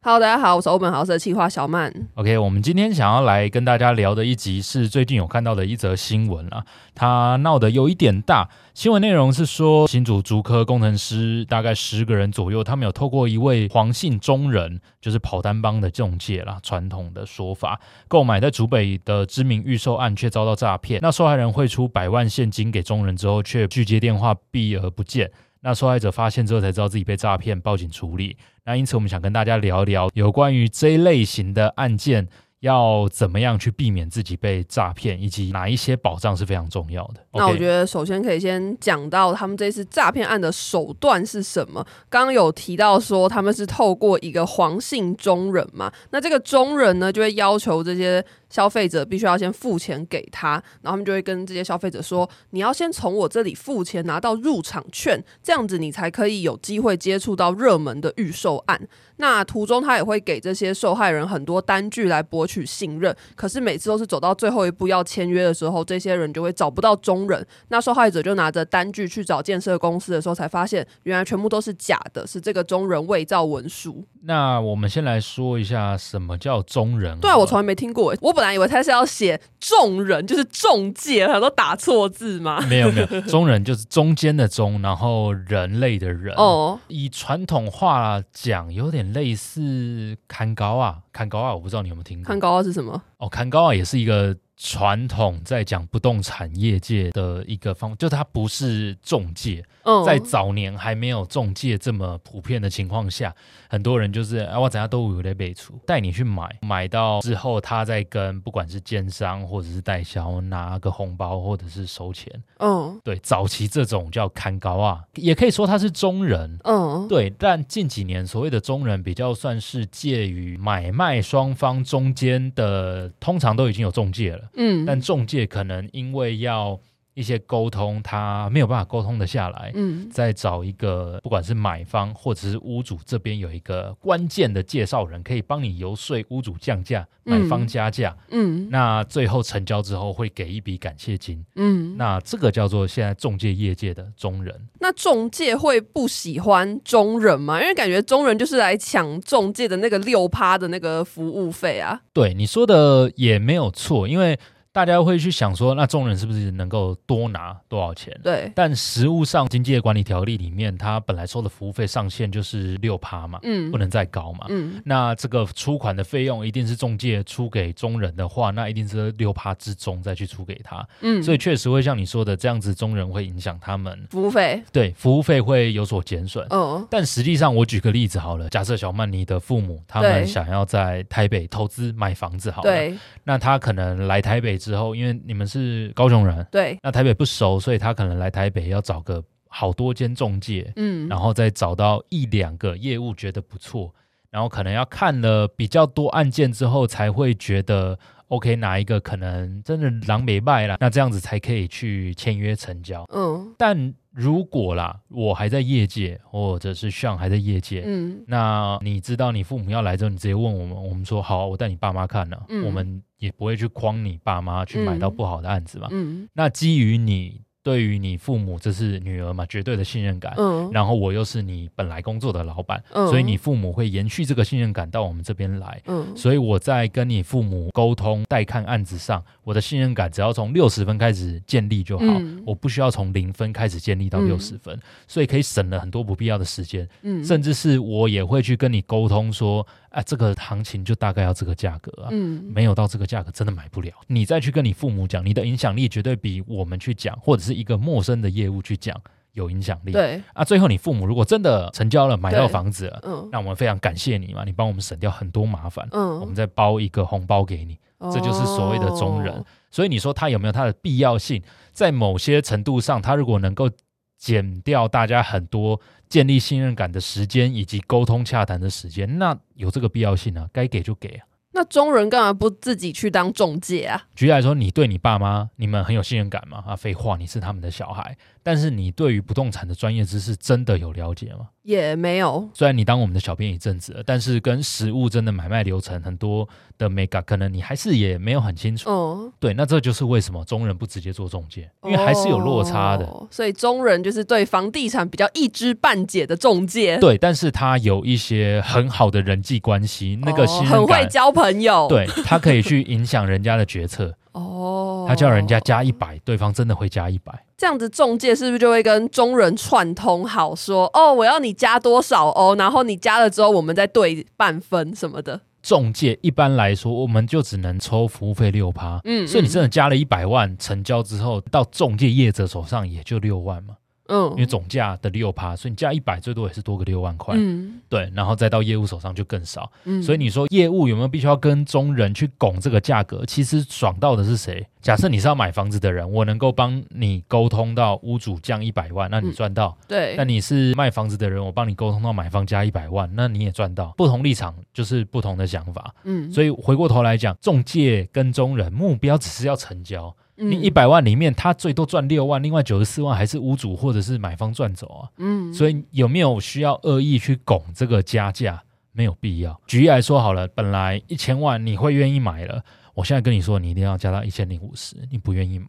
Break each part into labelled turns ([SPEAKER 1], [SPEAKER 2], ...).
[SPEAKER 1] Hello，大家好，我是欧本豪斯的企划小曼。
[SPEAKER 2] OK，我们今天想要来跟大家聊的一集是最近有看到的一则新闻啊，它闹得有一点大。新闻内容是说，新竹竹科工程师大概十个人左右，他们有透过一位黄姓中人，就是跑单帮的中介啦，传统的说法，购买在竹北的知名预售案，却遭到诈骗。那受害人汇出百万现金给中人之后，却拒接电话，避而不见。那受害者发现之后才知道自己被诈骗，报警处理。那因此，我们想跟大家聊一聊有关于这一类型的案件要怎么样去避免自己被诈骗，以及哪一些保障是非常重要的。
[SPEAKER 1] 那我
[SPEAKER 2] OK
[SPEAKER 1] 觉得首先可以先讲到他们这次诈骗案的手段是什么。刚刚有提到说他们是透过一个黄姓中人嘛，那这个中人呢就会要求这些消费者必须要先付钱给他，然后他们就会跟这些消费者说，你要先从我这里付钱拿到入场券，这样子你才可以有机会接触到热门的预售案。那途中他也会给这些受害人很多单据来博取信任，可是每次都是走到最后一步要签约的时候，这些人就会找不到中人。那受害者就拿着单据去找建设公司的时候，才发现原来全部都是假的，是这个中人伪造文书。
[SPEAKER 2] 嗯那我们先来说一下什么叫中人好了。
[SPEAKER 1] 对啊，我从来没听过，我本来以为他是要写众人，就是中介，他都打错字嘛。
[SPEAKER 2] 没有没有中人就是中间的中，然后人类的人。
[SPEAKER 1] 哦，
[SPEAKER 2] 以传统话讲，有点类似砍高啊，砍高啊，我不知道你有没有听过。
[SPEAKER 1] 看高傲是什么？
[SPEAKER 2] 哦，砍高啊也是一个传统在讲不动产业界的一个方，就它不是中介，
[SPEAKER 1] 嗯，
[SPEAKER 2] 在早年还没有中介这么普遍的情况下，很多人就是啊，我怎样都有在备出，带你去买，买到之后他再跟不管是奸商或者是代销拿个红包或者是收钱。
[SPEAKER 1] 嗯
[SPEAKER 2] 对，早期这种叫看高啊，也可以说他是中人。
[SPEAKER 1] 嗯，
[SPEAKER 2] 对，但近几年所谓的中人比较算是介于买卖双方中间的，通常都已经有中介了，
[SPEAKER 1] 嗯
[SPEAKER 2] 但中介可能因为要一些沟通，他没有办法沟通的下来，
[SPEAKER 1] 嗯
[SPEAKER 2] 再找一个不管是买方或者是屋主这边有一个关键的介绍人，可以帮你游说屋主降价，买
[SPEAKER 1] 嗯
[SPEAKER 2] 方加价，
[SPEAKER 1] 嗯
[SPEAKER 2] 那最后成交之后会给一笔感谢金，
[SPEAKER 1] 嗯，
[SPEAKER 2] 那这个叫做现在中介业界的中人。
[SPEAKER 1] 那中介会不喜欢中人吗？因为感觉中人就是来抢中介的那个六趴的那个服务费啊。
[SPEAKER 2] 对你说的也没有错，因为大家会去想说，那中人是不是能够多拿多少钱？
[SPEAKER 1] 对，
[SPEAKER 2] 但实物上，经济管理条例里面，它本来收的服务费上限就是六趴嘛，
[SPEAKER 1] 嗯
[SPEAKER 2] 不能再高嘛。
[SPEAKER 1] 嗯
[SPEAKER 2] 那这个出款的费用一定是中介出给中人的话，那一定是六趴之中再去出给他，
[SPEAKER 1] 嗯，
[SPEAKER 2] 所以确实会像你说的这样子，中人会影响他们
[SPEAKER 1] 服务费，
[SPEAKER 2] 对服务费会有所减损。
[SPEAKER 1] 嗯
[SPEAKER 2] 但实际上，我举个例子好了，假设小曼你的父母他们
[SPEAKER 1] 对
[SPEAKER 2] 想要在台北投资买房子好了，
[SPEAKER 1] 对
[SPEAKER 2] 那他可能来台北之后，因为你们是高雄人，
[SPEAKER 1] 对，
[SPEAKER 2] 那台北不熟，所以他可能来台北要找个好多间中介，
[SPEAKER 1] 嗯
[SPEAKER 2] 然后再找到一两个业务觉得不错，然后可能要看了比较多案件之后，才会觉得 OK 哪一个可能真的狼没败啦，那这样子才可以去签约成交。
[SPEAKER 1] 嗯
[SPEAKER 2] 但如果啦，我还在业界，或者是像还在业界，
[SPEAKER 1] 嗯
[SPEAKER 2] 那你知道你父母要来之后，你直接问我们，我们说好啊，我带你爸妈看了、
[SPEAKER 1] 嗯
[SPEAKER 2] 我们也不会去�框你爸妈去买到不好的案子嘛。
[SPEAKER 1] 嗯
[SPEAKER 2] 那基于你对于你父母这是女儿嘛，绝对的信任感。
[SPEAKER 1] 嗯，
[SPEAKER 2] 然后我又是你本来工作的老板，
[SPEAKER 1] 嗯
[SPEAKER 2] 所以你父母会延续这个信任感到我们这边来。
[SPEAKER 1] 嗯
[SPEAKER 2] 所以我在跟你父母沟通带看案子上，我的信任感只要从六十分开始建立就好，
[SPEAKER 1] 嗯
[SPEAKER 2] 我不需要从零分开始建立到
[SPEAKER 1] 嗯
[SPEAKER 2] 六十分，所以可以省了很多不必要的时间，
[SPEAKER 1] 嗯
[SPEAKER 2] 甚至是我也会去跟你沟通说，啊，这个行情就大概要这个价格啊。
[SPEAKER 1] 嗯
[SPEAKER 2] 没有到这个价格，真的买不了。你再去跟你父母讲，你的影响力绝对比我们去讲，或者是一个陌生的业务去讲有影响力。
[SPEAKER 1] 对，
[SPEAKER 2] 啊，最后你父母如果真的成交了，买到房子了，
[SPEAKER 1] 嗯
[SPEAKER 2] 那我们非常感谢你嘛，你帮我们省掉很多麻烦，我
[SPEAKER 1] 嗯
[SPEAKER 2] 们，再包一个红包给你，这就是所谓的中人。
[SPEAKER 1] 哦
[SPEAKER 2] 所以你说他有没有他的必要性？在某些程度上，他如果能够减掉大家很多建立信任感的时间以及沟通洽谈的时间，那有这个必要性啊，该给就给啊。
[SPEAKER 1] 那中人干嘛不自己去当中介啊？
[SPEAKER 2] 举例来说，你对你爸妈，你们很有信任感吗？啊，废话，你是他们的小孩，但是你对于不动产的专业知识真的有了解吗？
[SPEAKER 1] 也没有，
[SPEAKER 2] 虽然你当我们的小编一阵子了，但是跟实物真的买卖流程很多的 mega，可能你还是也没有很清楚。
[SPEAKER 1] 嗯，
[SPEAKER 2] 对，那这就是为什么中人不直接做中介，因为还是有落差的。
[SPEAKER 1] 哦所以中人就是对房地产比较一知半解的中介，
[SPEAKER 2] 对，但是他有一些很好的人际关系，那个
[SPEAKER 1] 哦
[SPEAKER 2] 信任
[SPEAKER 1] 很会
[SPEAKER 2] 感，
[SPEAKER 1] 交朋友，，
[SPEAKER 2] 对他可以去影响人家的决策。
[SPEAKER 1] 哦，
[SPEAKER 2] 他叫人家加一百，对方真的会加一百。
[SPEAKER 1] 这样子，中介是不是就会跟中人串通好说，哦，我要你加多少哦，然后你加了之后，我们再对半分什么的，
[SPEAKER 2] 中介一般来说，我们就只能抽服务费六趴，
[SPEAKER 1] 嗯
[SPEAKER 2] 所以你真的加了一百万，成交之后到中介业者手上也就六万嘛。因为
[SPEAKER 1] 嗯
[SPEAKER 2] 总价的六趴，所以你加一百最多也是多个六万块，
[SPEAKER 1] 嗯
[SPEAKER 2] 对，然后再到业务手上就更少。
[SPEAKER 1] 嗯
[SPEAKER 2] 所以你说业务有没有必须要跟中人去拱这个价格？其实爽到的是谁？假设你是要买房子的人，我能够帮你沟通到屋主降一百万，那你
[SPEAKER 1] 嗯
[SPEAKER 2] 赚到；
[SPEAKER 1] 对
[SPEAKER 2] 那、，你是卖房子的人，我帮你沟通到买方加一百万，那你也赚到。不同立场就是不同的想法，
[SPEAKER 1] 嗯
[SPEAKER 2] 所以回过头来讲，中介跟中人目标只是要成交。
[SPEAKER 1] 以
[SPEAKER 2] 你一百万里面，他最多赚六万，另外九十四万还是屋主或者是买方赚走啊。
[SPEAKER 1] 嗯
[SPEAKER 2] 所以有没有需要恶意去拱这个加价？没有必要。举例来说好了，本来一千万你会愿意买了，我现在跟你说你一定要加到一千零五十，你不愿意买，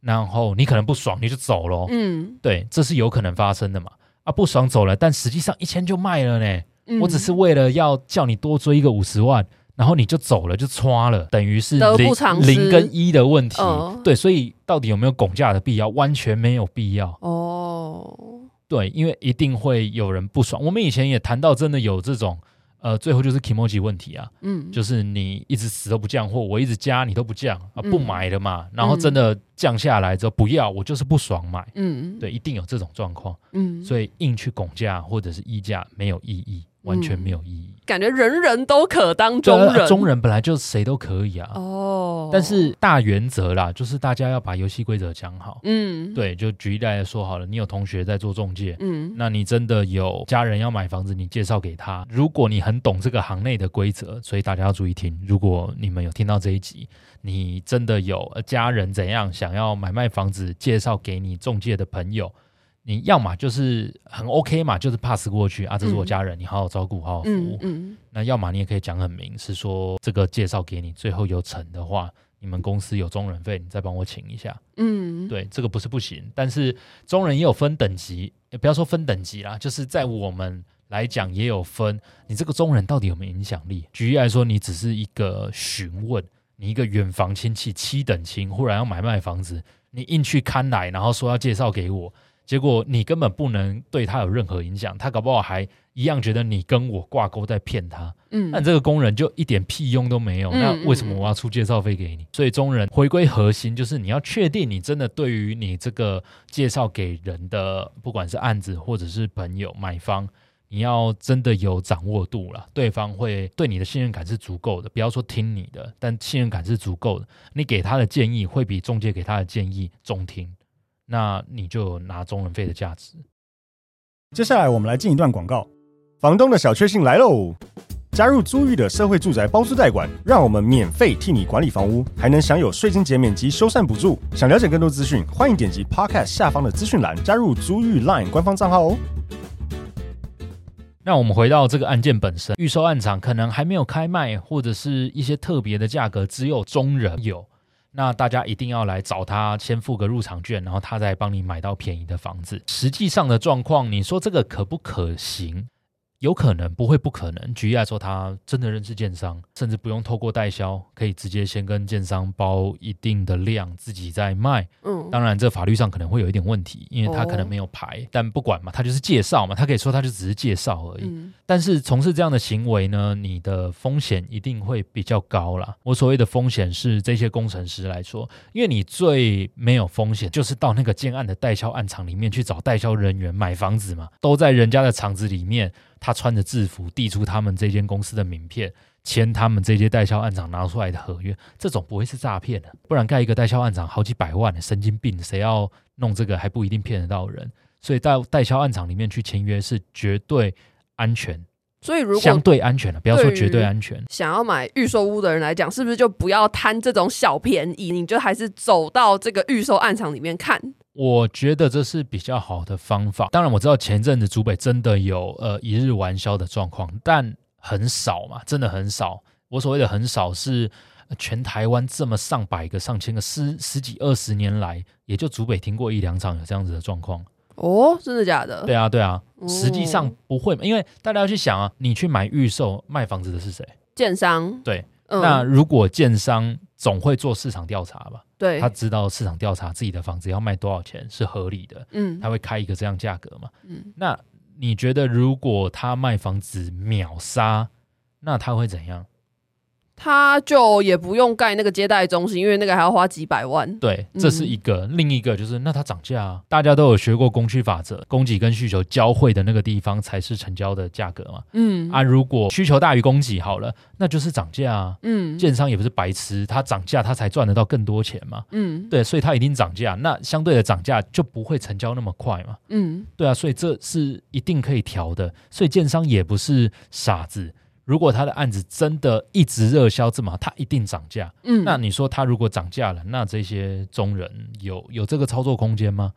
[SPEAKER 2] 然后你可能不爽你就走咯。
[SPEAKER 1] 嗯
[SPEAKER 2] 对，这是有可能发生的嘛。啊，不爽走了，但实际上一千就卖了呢。
[SPEAKER 1] 嗯
[SPEAKER 2] 我只是为了要叫你多追一个五十万，然后你就走了，就刷了，等于是
[SPEAKER 1] 得不
[SPEAKER 2] 零
[SPEAKER 1] 偿失
[SPEAKER 2] 零跟一的问题。
[SPEAKER 1] 嗯
[SPEAKER 2] 对，所以到底有没有拱价的必要？完全没有必要。
[SPEAKER 1] 哦，
[SPEAKER 2] 对，因为一定会有人不爽。我们以前也谈到，真的有这种，呃，最后就是 k i m o j i 问题啊，
[SPEAKER 1] 嗯，
[SPEAKER 2] 就是你一直死都不降货，我一直加你都不降啊，
[SPEAKER 1] 嗯
[SPEAKER 2] 不买了嘛，然后真的降下来之后不要，我就是不爽买。
[SPEAKER 1] 嗯
[SPEAKER 2] 对，一定有这种状况，
[SPEAKER 1] 嗯，
[SPEAKER 2] 所以硬去拱价或者是议价没有意义，完全没有意义。
[SPEAKER 1] 感觉人人都可
[SPEAKER 2] 对
[SPEAKER 1] 当嗯中
[SPEAKER 2] 啊
[SPEAKER 1] 人，
[SPEAKER 2] 中人本来就谁都可以啊，
[SPEAKER 1] 哦，
[SPEAKER 2] 但是大原则啦，就是大家要把游戏规则讲好。
[SPEAKER 1] 嗯，，
[SPEAKER 2] 对，就举例来说好了，你有同学在做中介，
[SPEAKER 1] 嗯
[SPEAKER 2] 那你真的有家人要买房子，你介绍给他。如果你很懂这个行内的规则，所以大家要注意听。如果你们有听到这一集，你真的有呃家人怎样想要买卖房子，介绍给你中介的朋友，你要么就是很 OK 嘛，就是 pass 过去啊，这是我家人，你好好照顾，好好服务
[SPEAKER 1] 嗯。嗯
[SPEAKER 2] 那要么你也可以讲很明，是说这个介绍给你，最后有成的话，你们公司有中人费，你再帮我请一下。
[SPEAKER 1] 嗯，
[SPEAKER 2] 对，这个不是不行，但是中人也有分等级，也不要说分等级啦，就是在我们来讲也有分，你这个中人到底有没有影响力？举例来说，你只是一个询问，你一个远房亲戚七等亲忽然要买卖房子，你硬去看来，然后说要介绍给我。结果你根本不能对他有任何影响，他搞不好还一样觉得你跟我挂钩在骗他，
[SPEAKER 1] 嗯，
[SPEAKER 2] 那你这个工人就一点屁用都没有，
[SPEAKER 1] 嗯
[SPEAKER 2] 那为什么我要出介绍费给你？所以中人回归核心就是你要确定你真的对于你这个介绍给人的，不管是案子或者是朋友买方。你要真的有掌握度了，对方会对你的信任感是足够的，不要说听你的，但信任感是足够的。你给他的建议会比中介给他的建议中听，那你就有拿中人费的价值。
[SPEAKER 3] 接下来我们来进一段广告。房东的小确幸来喽！加入租遇的社会住宅包租代管，让我们免费替你管理房屋，还能享有税金减免及修缮补助。想了解更多资讯，欢迎点击 Podcast 下方的资讯栏，加入租遇 Line 官方账号哦。
[SPEAKER 2] 那我们回到这个案件本身，预售案场可能还没有开卖，或者是一些特别的价格，只有中人有。那大家一定要来找他，先付个入场券，然后他再帮你买到便宜的房子。实际上的状况，你说这个可不可行？有可能，不会不可能。举例来说，他真的认识建商，甚至不用透过代销，可以直接先跟建商包一定的量，自己再卖。
[SPEAKER 1] 嗯，
[SPEAKER 2] 当然，这法律上可能会有一点问题，因为他可
[SPEAKER 1] 哦
[SPEAKER 2] 能没有牌。但不管嘛，他就是介绍嘛，他可以说他就只是介绍而已。
[SPEAKER 1] 嗯
[SPEAKER 2] 但是从事这样的行为呢，你的风险一定会比较高啦。我所谓的风险是这些工程师来说，因为你最没有风险，就是到那个建案的代销案场里面去找代销人员买房子嘛，都在人家的厂子里面，他穿着制服，递出他们这间公司的名片。签他们这些代销案场拿出来的合约，这种不会是诈骗的，不然盖一个代销案场好几百万，神经病，谁要弄这个还不一定骗得到人。所以到代销案场里面去签约是绝对安全
[SPEAKER 1] 所以如
[SPEAKER 2] 相
[SPEAKER 1] 果
[SPEAKER 2] 对安全了、啊不要说
[SPEAKER 1] 对于
[SPEAKER 2] 绝对安全。
[SPEAKER 1] 想要买预售屋的人来讲，是不是就不要贪这种小便宜？你就还是走到这个预售暗场里面看。
[SPEAKER 2] 我觉得这是比较好的方法。当然，我知道前阵子竹北真的有呃一日玩销的状况，但很少嘛，真的很少。我所谓的很少是呃全台湾这么上百个、上千个，十十几二十年来，也就竹北听过一两场有这样子的状况。
[SPEAKER 1] 哦，真的假的？
[SPEAKER 2] 对啊，对啊，
[SPEAKER 1] 哦
[SPEAKER 2] 实际上不会嘛，因为大家要去想啊，你去买预售卖房子的是谁？
[SPEAKER 1] 建商
[SPEAKER 2] 对，
[SPEAKER 1] 嗯
[SPEAKER 2] 那如果建商总会做市场调查吧？
[SPEAKER 1] 对
[SPEAKER 2] 他，知道市场调查自己的房子要卖多少钱是合理的，
[SPEAKER 1] 嗯
[SPEAKER 2] 他会开一个这样价格嘛？
[SPEAKER 1] 嗯，
[SPEAKER 2] 那你觉得如果他卖房子秒杀，那他会怎样？
[SPEAKER 1] 他就也不用盖那个接待中心，因为那个还要花几百万。
[SPEAKER 2] 对，这是一个，
[SPEAKER 1] 嗯
[SPEAKER 2] 另一个就是那他涨价啊，大家都有学过供需法则，供给跟需求交汇的那个地方才是成交的价格嘛。
[SPEAKER 1] 嗯
[SPEAKER 2] 啊，如果需求大于供给，好了，那就是涨价啊。
[SPEAKER 1] 嗯
[SPEAKER 2] 建商也不是白痴，他涨价他才赚得到更多钱嘛。
[SPEAKER 1] 嗯
[SPEAKER 2] 对，所以他一定涨价，那相对的涨价就不会成交那么快嘛。
[SPEAKER 1] 嗯
[SPEAKER 2] 对啊，所以这是一定可以调的。所以建商也不是傻子，如果他的案子真的一直热销这么好，他一定涨价。
[SPEAKER 1] 嗯，
[SPEAKER 2] 那你说他如果涨价了，那这些中人有有这个操作空间吗？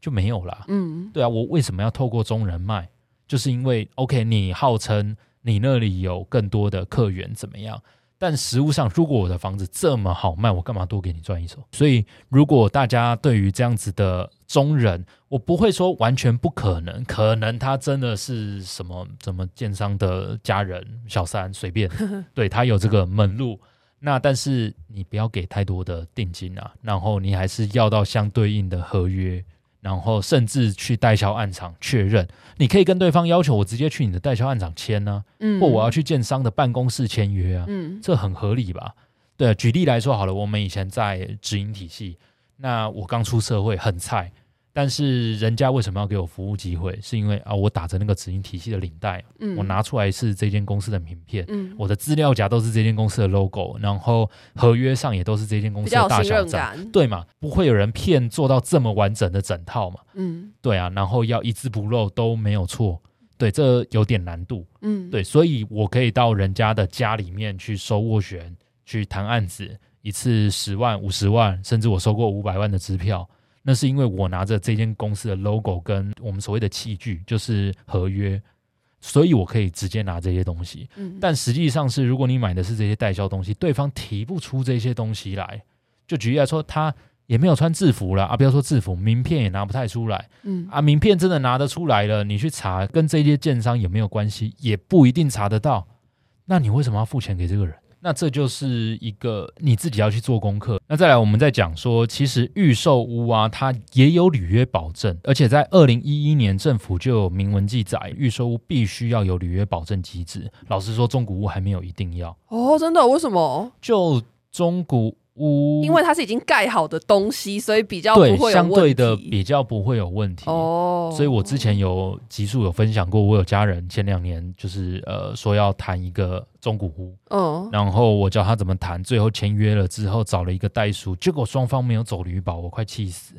[SPEAKER 2] 就没有啦。
[SPEAKER 1] 嗯
[SPEAKER 2] 对啊，我为什么要透过中人卖？就是因为 OK，你号称你那里有更多的客源怎么样？但实物上，如果我的房子这么好卖，我干嘛多给你赚一手？所以，如果大家对于这样子的中人，我不会说完全不可能，可能他真的是什么什么建商的家人小三随便，对他有这个门路。那但是你不要给太多的定金啊，然后你还是要到相对应的合约，然后甚至去代销案场确认。你可以跟对方要求我直接去你的代销案场签呢、
[SPEAKER 1] 嗯，
[SPEAKER 2] 或我要去建商的办公室签约啊，
[SPEAKER 1] 嗯
[SPEAKER 2] 这很合理吧？对，举例来说好了，我们以前在直营体系，那我刚出社会很菜，但是人家为什么要给我服务机会？是因为啊，我打着那个直营体系的领带，
[SPEAKER 1] 嗯，
[SPEAKER 2] 我拿出来是这间公司的名片。
[SPEAKER 1] 嗯
[SPEAKER 2] 我的资料夹都是这间公司的 logo，然后合约上也都是这间公
[SPEAKER 1] 比
[SPEAKER 2] 司
[SPEAKER 1] 较
[SPEAKER 2] 的
[SPEAKER 1] 有
[SPEAKER 2] 大
[SPEAKER 1] 信
[SPEAKER 2] 小
[SPEAKER 1] 任
[SPEAKER 2] 章，
[SPEAKER 1] 感，
[SPEAKER 2] 对嘛？不会有人骗做到这么完整的整套嘛？
[SPEAKER 1] 嗯
[SPEAKER 2] 对啊，然后要一字不漏都没有错，对，这有点难度，
[SPEAKER 1] 嗯
[SPEAKER 2] 对，所以我可以到人家的家里面去收斡旋，去谈案子，一次十万、五十万，甚至我收过五百万的支票，那是因为我拿着这间公司的 logo 跟我们所谓的器具，就是合约，所以我可以直接拿这些东西。
[SPEAKER 1] 嗯，
[SPEAKER 2] 但实际上是，如果你买的是这些代销东西，对方提不出这些东西来。就举例来说，他也没有穿制服了啊，不要说制服，名片也拿不太出来
[SPEAKER 1] 嗯
[SPEAKER 2] 啊。名片真的拿得出来了，你去查跟这些建商有没有关系，也不一定查得到。那你为什么要付钱给这个人？那这就是一个你自己要去做功课。那再来，我们再讲说，其实预售屋啊，它也有履约保证，而且在二零一一年政府就有明文记载，预售屋必须要有履约保证机制。老实说，中古屋还没有一定要，
[SPEAKER 1] 哦，真的？为什么？
[SPEAKER 2] 就中古屋，
[SPEAKER 1] 因为它是已经盖好的东西，所以比较不
[SPEAKER 2] 对
[SPEAKER 1] 会有
[SPEAKER 2] 相对的
[SPEAKER 1] 问题
[SPEAKER 2] 比较不会有问题。
[SPEAKER 1] 哦，
[SPEAKER 2] 所以我之前有集数有分享过，我有家人前两年就是呃说要谈一个中古屋，
[SPEAKER 1] 嗯
[SPEAKER 2] 然后我教他怎么谈，最后签约了之后找了一个代书，结果双方没有走旅保，我快气死。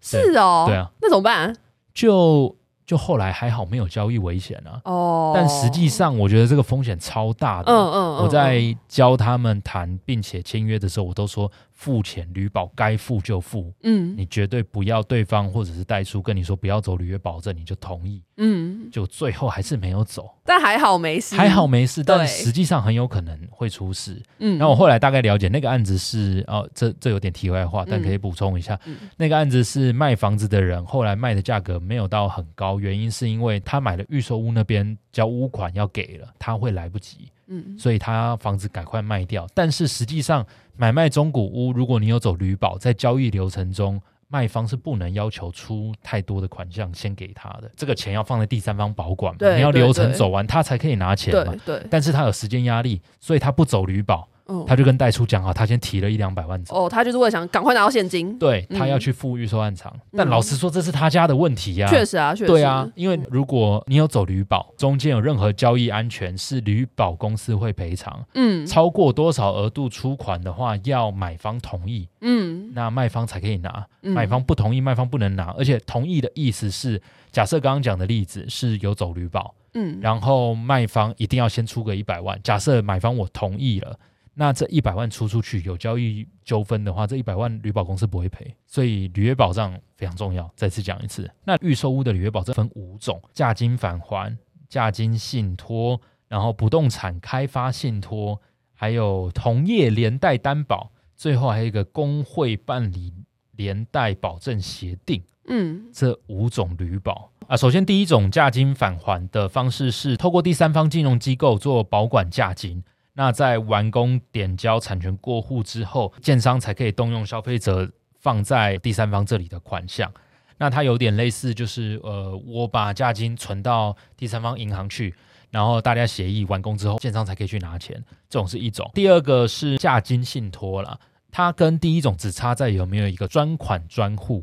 [SPEAKER 1] 是哦，
[SPEAKER 2] 对啊，
[SPEAKER 1] 那怎么办？
[SPEAKER 2] 就就后来还好没有交易危险啊，
[SPEAKER 1] 哦，
[SPEAKER 2] 但实际上我觉得这个风险超大的。
[SPEAKER 1] 嗯，嗯嗯，
[SPEAKER 2] 我在教他们谈并且签约的时候，我都说付钱，旅保该付就付，
[SPEAKER 1] 嗯
[SPEAKER 2] 你绝对不要对方或者是代书跟你说不要走履约保证，你就同意，
[SPEAKER 1] 嗯，
[SPEAKER 2] 就最后还是没有走，
[SPEAKER 1] 但还好没事，
[SPEAKER 2] 还好，没事，
[SPEAKER 1] 对
[SPEAKER 2] 但实际上很有可能会出事。
[SPEAKER 1] 嗯，
[SPEAKER 2] 那我后来大概了解，那个案子是哦，这这有点题外话，但
[SPEAKER 1] 嗯
[SPEAKER 2] 可以补充一下，
[SPEAKER 1] 嗯
[SPEAKER 2] 那个案子是卖房子的人后来卖的价格没有到很高，原因是因为他买了预售屋那边交屋款要给了，他会来不及，
[SPEAKER 1] 嗯
[SPEAKER 2] 所以他房子赶快卖掉。但是实际上，买卖中古屋，如果你有走旅保，在交易流程中。卖方是不能要求出太多的款项先给他的，这个钱要放在第三方保管嘛，
[SPEAKER 1] 对
[SPEAKER 2] 你要
[SPEAKER 1] 对
[SPEAKER 2] 流程
[SPEAKER 1] 对
[SPEAKER 2] 走完，他才可以拿钱嘛
[SPEAKER 1] 对。对，
[SPEAKER 2] 但是他有时间压力，所以他不走旅保，
[SPEAKER 1] 哦
[SPEAKER 2] 他就跟代叔讲啊，他先提了一两百万走，
[SPEAKER 1] 哦，他就是为了想赶快拿到现金，
[SPEAKER 2] 对
[SPEAKER 1] 嗯
[SPEAKER 2] 他要去付预售案场。
[SPEAKER 1] 嗯
[SPEAKER 2] 但老实说，这是他家的问题呀、
[SPEAKER 1] 确实啊，确实，
[SPEAKER 2] 对啊，因为如果你有走旅保，中间有任何交易安全是旅保公司会赔偿，
[SPEAKER 1] 嗯
[SPEAKER 2] 超过多少额度出款的话，要买方同意，
[SPEAKER 1] 嗯
[SPEAKER 2] 那卖方才可以拿。
[SPEAKER 1] 嗯，
[SPEAKER 2] 卖方不同意，卖方不能拿。而且同意的意思是，假设刚刚讲的例子是有走旅保，
[SPEAKER 1] 嗯，
[SPEAKER 2] 然后卖方一定要先出个一百万。假设买方我同意了，那这一百万出出去有交易纠纷的话，这一百万旅保公司不会赔，所以履约保障非常重要。再次讲一次，那预售屋的履约保障分五种：价金返还、价金信托，然后不动产开发信托，还有同业连带担保，最后还有一个工会办理连带保证协定。
[SPEAKER 1] 嗯
[SPEAKER 2] 这五种旅保啊。首先，第一种价金返还的方式是透过第三方金融机构做保管价金。那在完工、点交、产权过户之后，建商才可以动用消费者放在第三方这里的款项。那它有点类似，就是呃，我把价金存到第三方银行去，然后大家协议完工之后，建商才可以去拿钱。这种是一种。第二个是价金信托啦，它跟第一种只差在有没有一个专款专户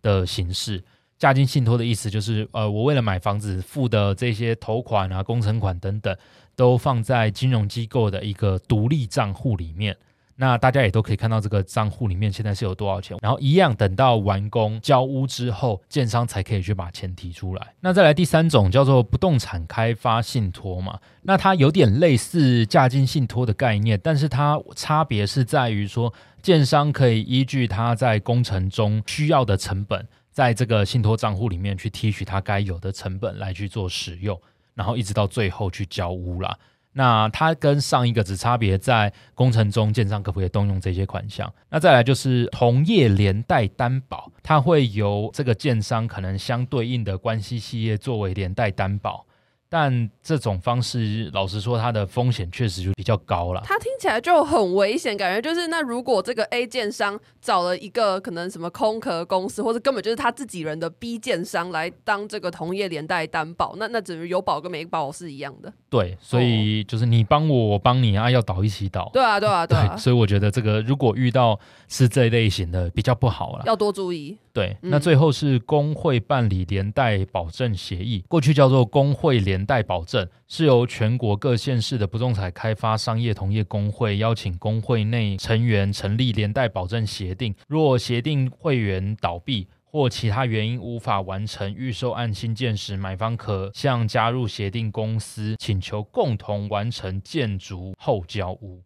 [SPEAKER 2] 的形式。价金信托的意思就是，呃，我为了买房子付的这些头款啊、工程款等等，都放在金融机构的一个独立账户里面。那大家也都可以看到这个账户里面现在是有多少钱，然后一样等到完工交屋之后，建商才可以去把钱提出来。那再来第三种叫做不动产开发信托嘛，那它有点类似价金信托的概念，但是它差别是在于说，建商可以依据他在工程中需要的成本，在这个信托账户里面去提取它该有的成本来去做使用，然后一直到最后去交屋啦。那它跟上一个只差别在工程中建商可不可以动用这些款项？那再来就是同业连带担保，它会由这个建商可能相对应的关系企业作为连带担保，但这种方式老实说，它的风险确实就比较高了。
[SPEAKER 1] 他听起来就很危险，感觉就是那如果这个 A 建商找了一个可能什么空壳公司，或者根本就是他自己人的 B 建商来当这个同业连带担保，那那只是有保跟没保是一样的。
[SPEAKER 2] 对，所以就是你帮我，我帮你啊，要倒一起倒。
[SPEAKER 1] 哦对啊，对啊，对啊，
[SPEAKER 2] 所以我觉得这个如果遇到是这类型的比较不好啦。
[SPEAKER 1] 要多注意。
[SPEAKER 2] 对，
[SPEAKER 1] 嗯
[SPEAKER 2] 那最后是工会办理连带保证协议，过去叫做工会连带保证，是由全国各县市的不动产开发商业同业工会邀请工会内成员成立连带保证协定，若协定会员倒闭。或其他原因无法完成预售案新建时，买方可向加入协定公司请求共同完成建筑后交屋。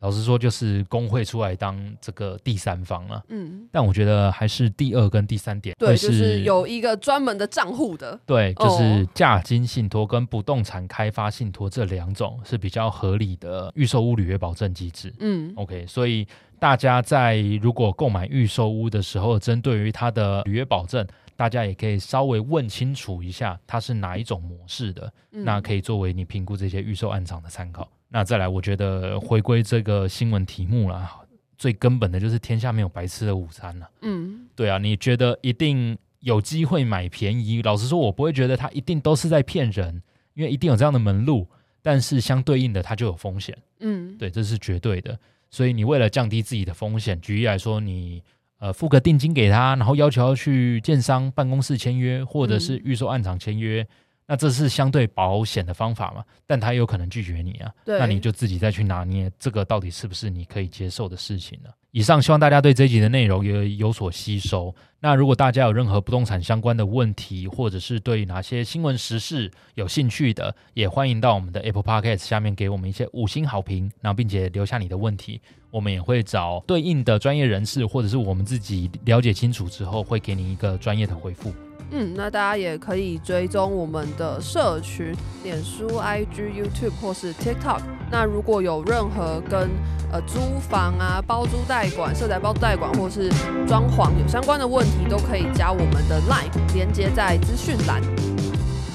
[SPEAKER 2] 老实说，就是工会出来当这个第三方了、
[SPEAKER 1] 嗯，
[SPEAKER 2] 但我觉得还是第二跟第三点
[SPEAKER 1] 对，
[SPEAKER 2] 会
[SPEAKER 1] 就是有一个专门的账户的。
[SPEAKER 2] 对，就是
[SPEAKER 1] 哦
[SPEAKER 2] 价金信托跟不动产开发信托这两种是比较合理的预售屋履约保证机制。
[SPEAKER 1] 嗯
[SPEAKER 2] OK，所以大家在如果购买预售屋的时候，针对于它的履约保证，大家也可以稍微问清楚一下它是哪一种模式的，
[SPEAKER 1] 嗯
[SPEAKER 2] 那可以作为你评估这些预售案场的参考。那再来，我觉得回归这个新闻题目啦，最根本的就是天下没有白吃的午餐了。
[SPEAKER 1] 嗯，
[SPEAKER 2] 对啊，你觉得一定有机会买便宜？老实说，我不会觉得他一定都是在骗人，因为一定有这样的门路，但是相对应的它就有风险，
[SPEAKER 1] 嗯，
[SPEAKER 2] 对，这是绝对的。所以你为了降低自己的风险，举例来说，你呃付个定金给他，然后要求要去建商办公室签约，或者是
[SPEAKER 1] 嗯
[SPEAKER 2] 预售案场签约。那这是相对保险的方法嘛？但他也有可能拒绝你啊，
[SPEAKER 1] 对
[SPEAKER 2] 那你就自己再去拿捏这个到底是不是你可以接受的事情呢、啊以上希望大家对这一集的内容也有所吸收。那如果大家有任何不动产相关的问题，或者是对哪些新闻时事有兴趣的，也欢迎到我们的 Apple Podcast 下面给我们一些五星好评，然后并且留下你的问题，我们也会找对应的专业人士，或者是我们自己了解清楚之后，会给你一个专业的回复。
[SPEAKER 1] 嗯，那大家也可以追踪我们的社群，脸书、IG、YouTube 或是 TikTok。那如果有任何跟呃租房啊、包租代管、社宅包租代管或是装潢有相关的问题，都可以加我们的 LINE，连接在资讯栏。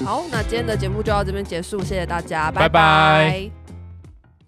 [SPEAKER 1] 好，那今天的节目就到这边结束，谢谢大家，
[SPEAKER 2] 拜拜
[SPEAKER 1] 拜